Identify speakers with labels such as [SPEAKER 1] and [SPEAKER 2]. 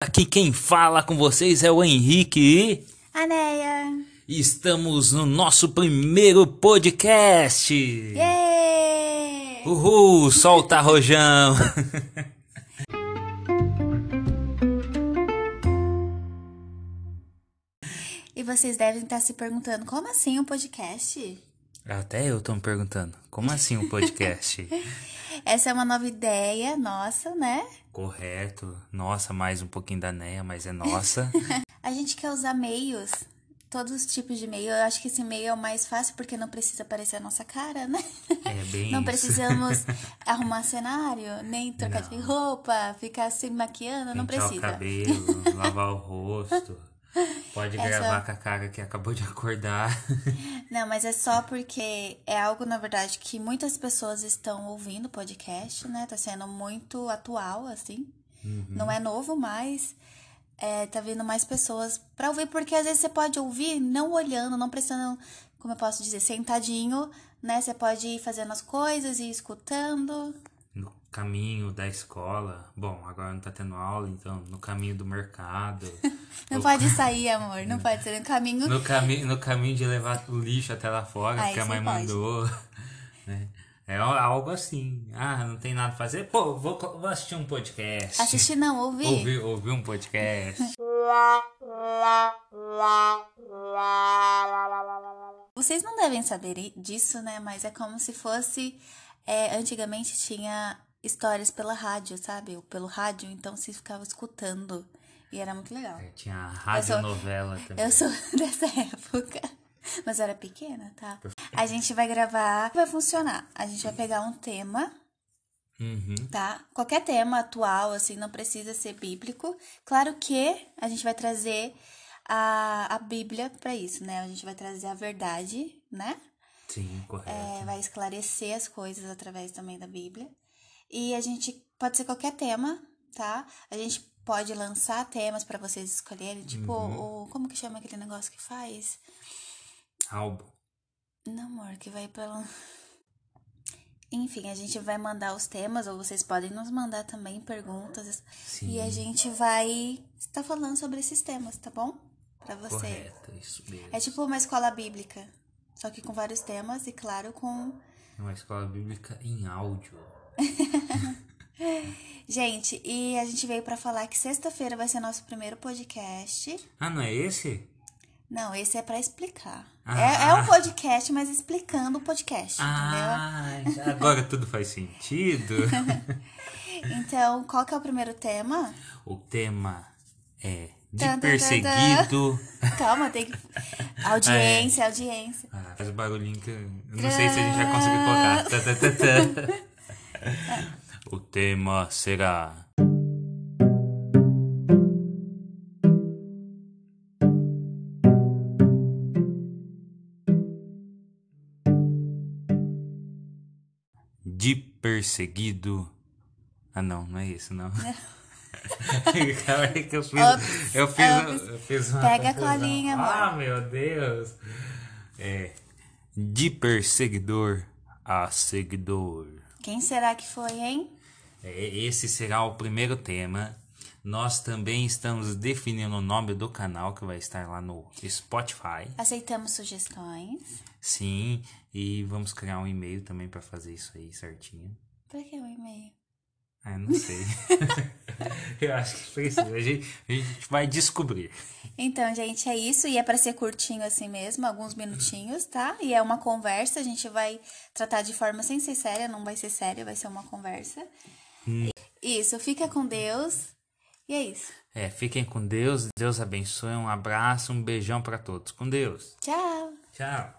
[SPEAKER 1] Aqui quem fala com vocês é o Henrique e
[SPEAKER 2] Aneia!
[SPEAKER 1] estamos no nosso primeiro podcast.
[SPEAKER 2] Yay!
[SPEAKER 1] Uh. Uhul, solta rojão.
[SPEAKER 2] E vocês devem estar se perguntando, como assim um podcast?
[SPEAKER 1] Até eu tô me perguntando, como assim um podcast?
[SPEAKER 2] Essa é uma nova ideia nossa, né?
[SPEAKER 1] Correto. Nossa, mais um pouquinho da Neia, mas é nossa.
[SPEAKER 2] A gente quer usar meios, todos os tipos de meio. Eu acho que esse meio é o mais fácil porque não precisa aparecer a nossa cara, né?
[SPEAKER 1] É bem
[SPEAKER 2] Não
[SPEAKER 1] isso.
[SPEAKER 2] precisamos arrumar cenário, nem trocar de
[SPEAKER 1] Não. é
[SPEAKER 2] roupa, ficar se maquiando, não
[SPEAKER 1] Pentear o
[SPEAKER 2] precisa.
[SPEAKER 1] cabelo, lavar o rosto. Pode
[SPEAKER 2] É só-
[SPEAKER 1] gravar com a cara que acabou de acordar.
[SPEAKER 2] Não, mas é só porque é algo, na verdade, que muitas pessoas estão ouvindo podcast, né? Tá sendo muito atual, assim. Não é novo, mas é, tá vindo mais pessoas pra ouvir, porque às vezes você pode ouvir não olhando, não precisando, como eu posso dizer, sentadinho, né? Você pode ir fazendo as coisas e ir escutando.
[SPEAKER 1] No caminho da escola. Bom, agora não tá tendo aula, então no caminho do mercado.
[SPEAKER 2] Não
[SPEAKER 1] No-
[SPEAKER 2] pode sair, amor, não pode ser no caminho.
[SPEAKER 1] No, cami no caminho de levar o lixo até lá fora,
[SPEAKER 2] Ah,
[SPEAKER 1] porque a
[SPEAKER 2] isso
[SPEAKER 1] mãe
[SPEAKER 2] pode.
[SPEAKER 1] mandou. né? É al- algo assim. Ah, não tem nada pra fazer? Pô, vou, co- vou assistir um podcast.
[SPEAKER 2] Assistir não, ouvir.
[SPEAKER 1] Ouvir, ouvir um podcast.
[SPEAKER 2] Vocês não devem saber i- disso, né? Mas é como se fosse. é, antigamente tinha histórias pela rádio, sabe? Ou pelo rádio, então se ficava escutando. E era muito legal.
[SPEAKER 1] É, Tinha a radionovela também.
[SPEAKER 2] Eu sou dessa época. Mas eu era pequena, tá? A gente vai gravar. Vai funcionar. A gente vai pegar um tema,
[SPEAKER 1] Uhum.
[SPEAKER 2] tá? Qualquer tema atual, assim, não precisa ser bíblico. Claro que a gente vai trazer a, a Bíblia pra isso, né? A gente vai trazer a verdade, né?
[SPEAKER 1] Sim, correto.
[SPEAKER 2] É, vai esclarecer as coisas através também da Bíblia. E a gente pode ser qualquer tema, tá? A gente pode lançar temas pra vocês escolherem, tipo,
[SPEAKER 1] Uhum.
[SPEAKER 2] o, como que chama aquele negócio que faz?
[SPEAKER 1] Álbum.
[SPEAKER 2] Não, amor, que vai pela Enfim, a gente vai mandar os temas ou vocês podem nos mandar também perguntas
[SPEAKER 1] Sim.
[SPEAKER 2] e a gente vai estar falando sobre esses temas, tá bom? Pra você.
[SPEAKER 1] Correto, isso mesmo.
[SPEAKER 2] É tipo uma escola bíblica, só que com vários temas e claro com
[SPEAKER 1] É Uma escola bíblica em áudio.
[SPEAKER 2] Gente, e a gente veio pra falar que sexta-feira vai ser nosso primeiro podcast.
[SPEAKER 1] Ah, não é esse?
[SPEAKER 2] Não, esse é pra explicar.
[SPEAKER 1] Ah.
[SPEAKER 2] É, é um podcast, mas explicando o podcast,
[SPEAKER 1] Ah, já- agora tudo faz sentido.
[SPEAKER 2] entendeu? Então, qual que é o primeiro tema?
[SPEAKER 1] o tema é
[SPEAKER 2] Tan, tan, tan,
[SPEAKER 1] de perseguido.
[SPEAKER 2] Calma, tem que. Audiência, audiência.
[SPEAKER 1] Ah, faz o barulhinho que eu não sei se a gente vai conseguir colocar. Tá, tá, tá, tá. o tema será. De perseguido. Ah, não, não é isso, não. Calma aí que eu fiz.
[SPEAKER 2] Ops,
[SPEAKER 1] eu fiz,
[SPEAKER 2] ops.
[SPEAKER 1] eu fiz uma
[SPEAKER 2] Pega a
[SPEAKER 1] confusão.
[SPEAKER 2] colinha, amor.
[SPEAKER 1] tá Ah, meu Deus. É. De perseguidor a seguidor.
[SPEAKER 2] Quem será que foi, hein?
[SPEAKER 1] É, Esse será o primeiro tema. Nós também estamos definindo o nome do canal que vai estar lá no Spotify.
[SPEAKER 2] Aceitamos sugestões.
[SPEAKER 1] Sim, e vamos criar um e-mail também para fazer isso aí certinho.
[SPEAKER 2] Pra que o e-mail?
[SPEAKER 1] Ah, eu não sei. eu acho que precisa. A gente, a gente vai descobrir.
[SPEAKER 2] Então, gente, é isso. E é pra ser curtinho assim mesmo, alguns minutinhos, tá? E é uma conversa, a gente vai tratar de forma sem ser séria, não vai ser séria, vai ser uma conversa. Isso, fica com Deus. E é isso.
[SPEAKER 1] É, fiquem com Deus. Deus abençoe. Um abraço, um beijão para todos. Com Deus.
[SPEAKER 2] Tchau!
[SPEAKER 1] Tchau.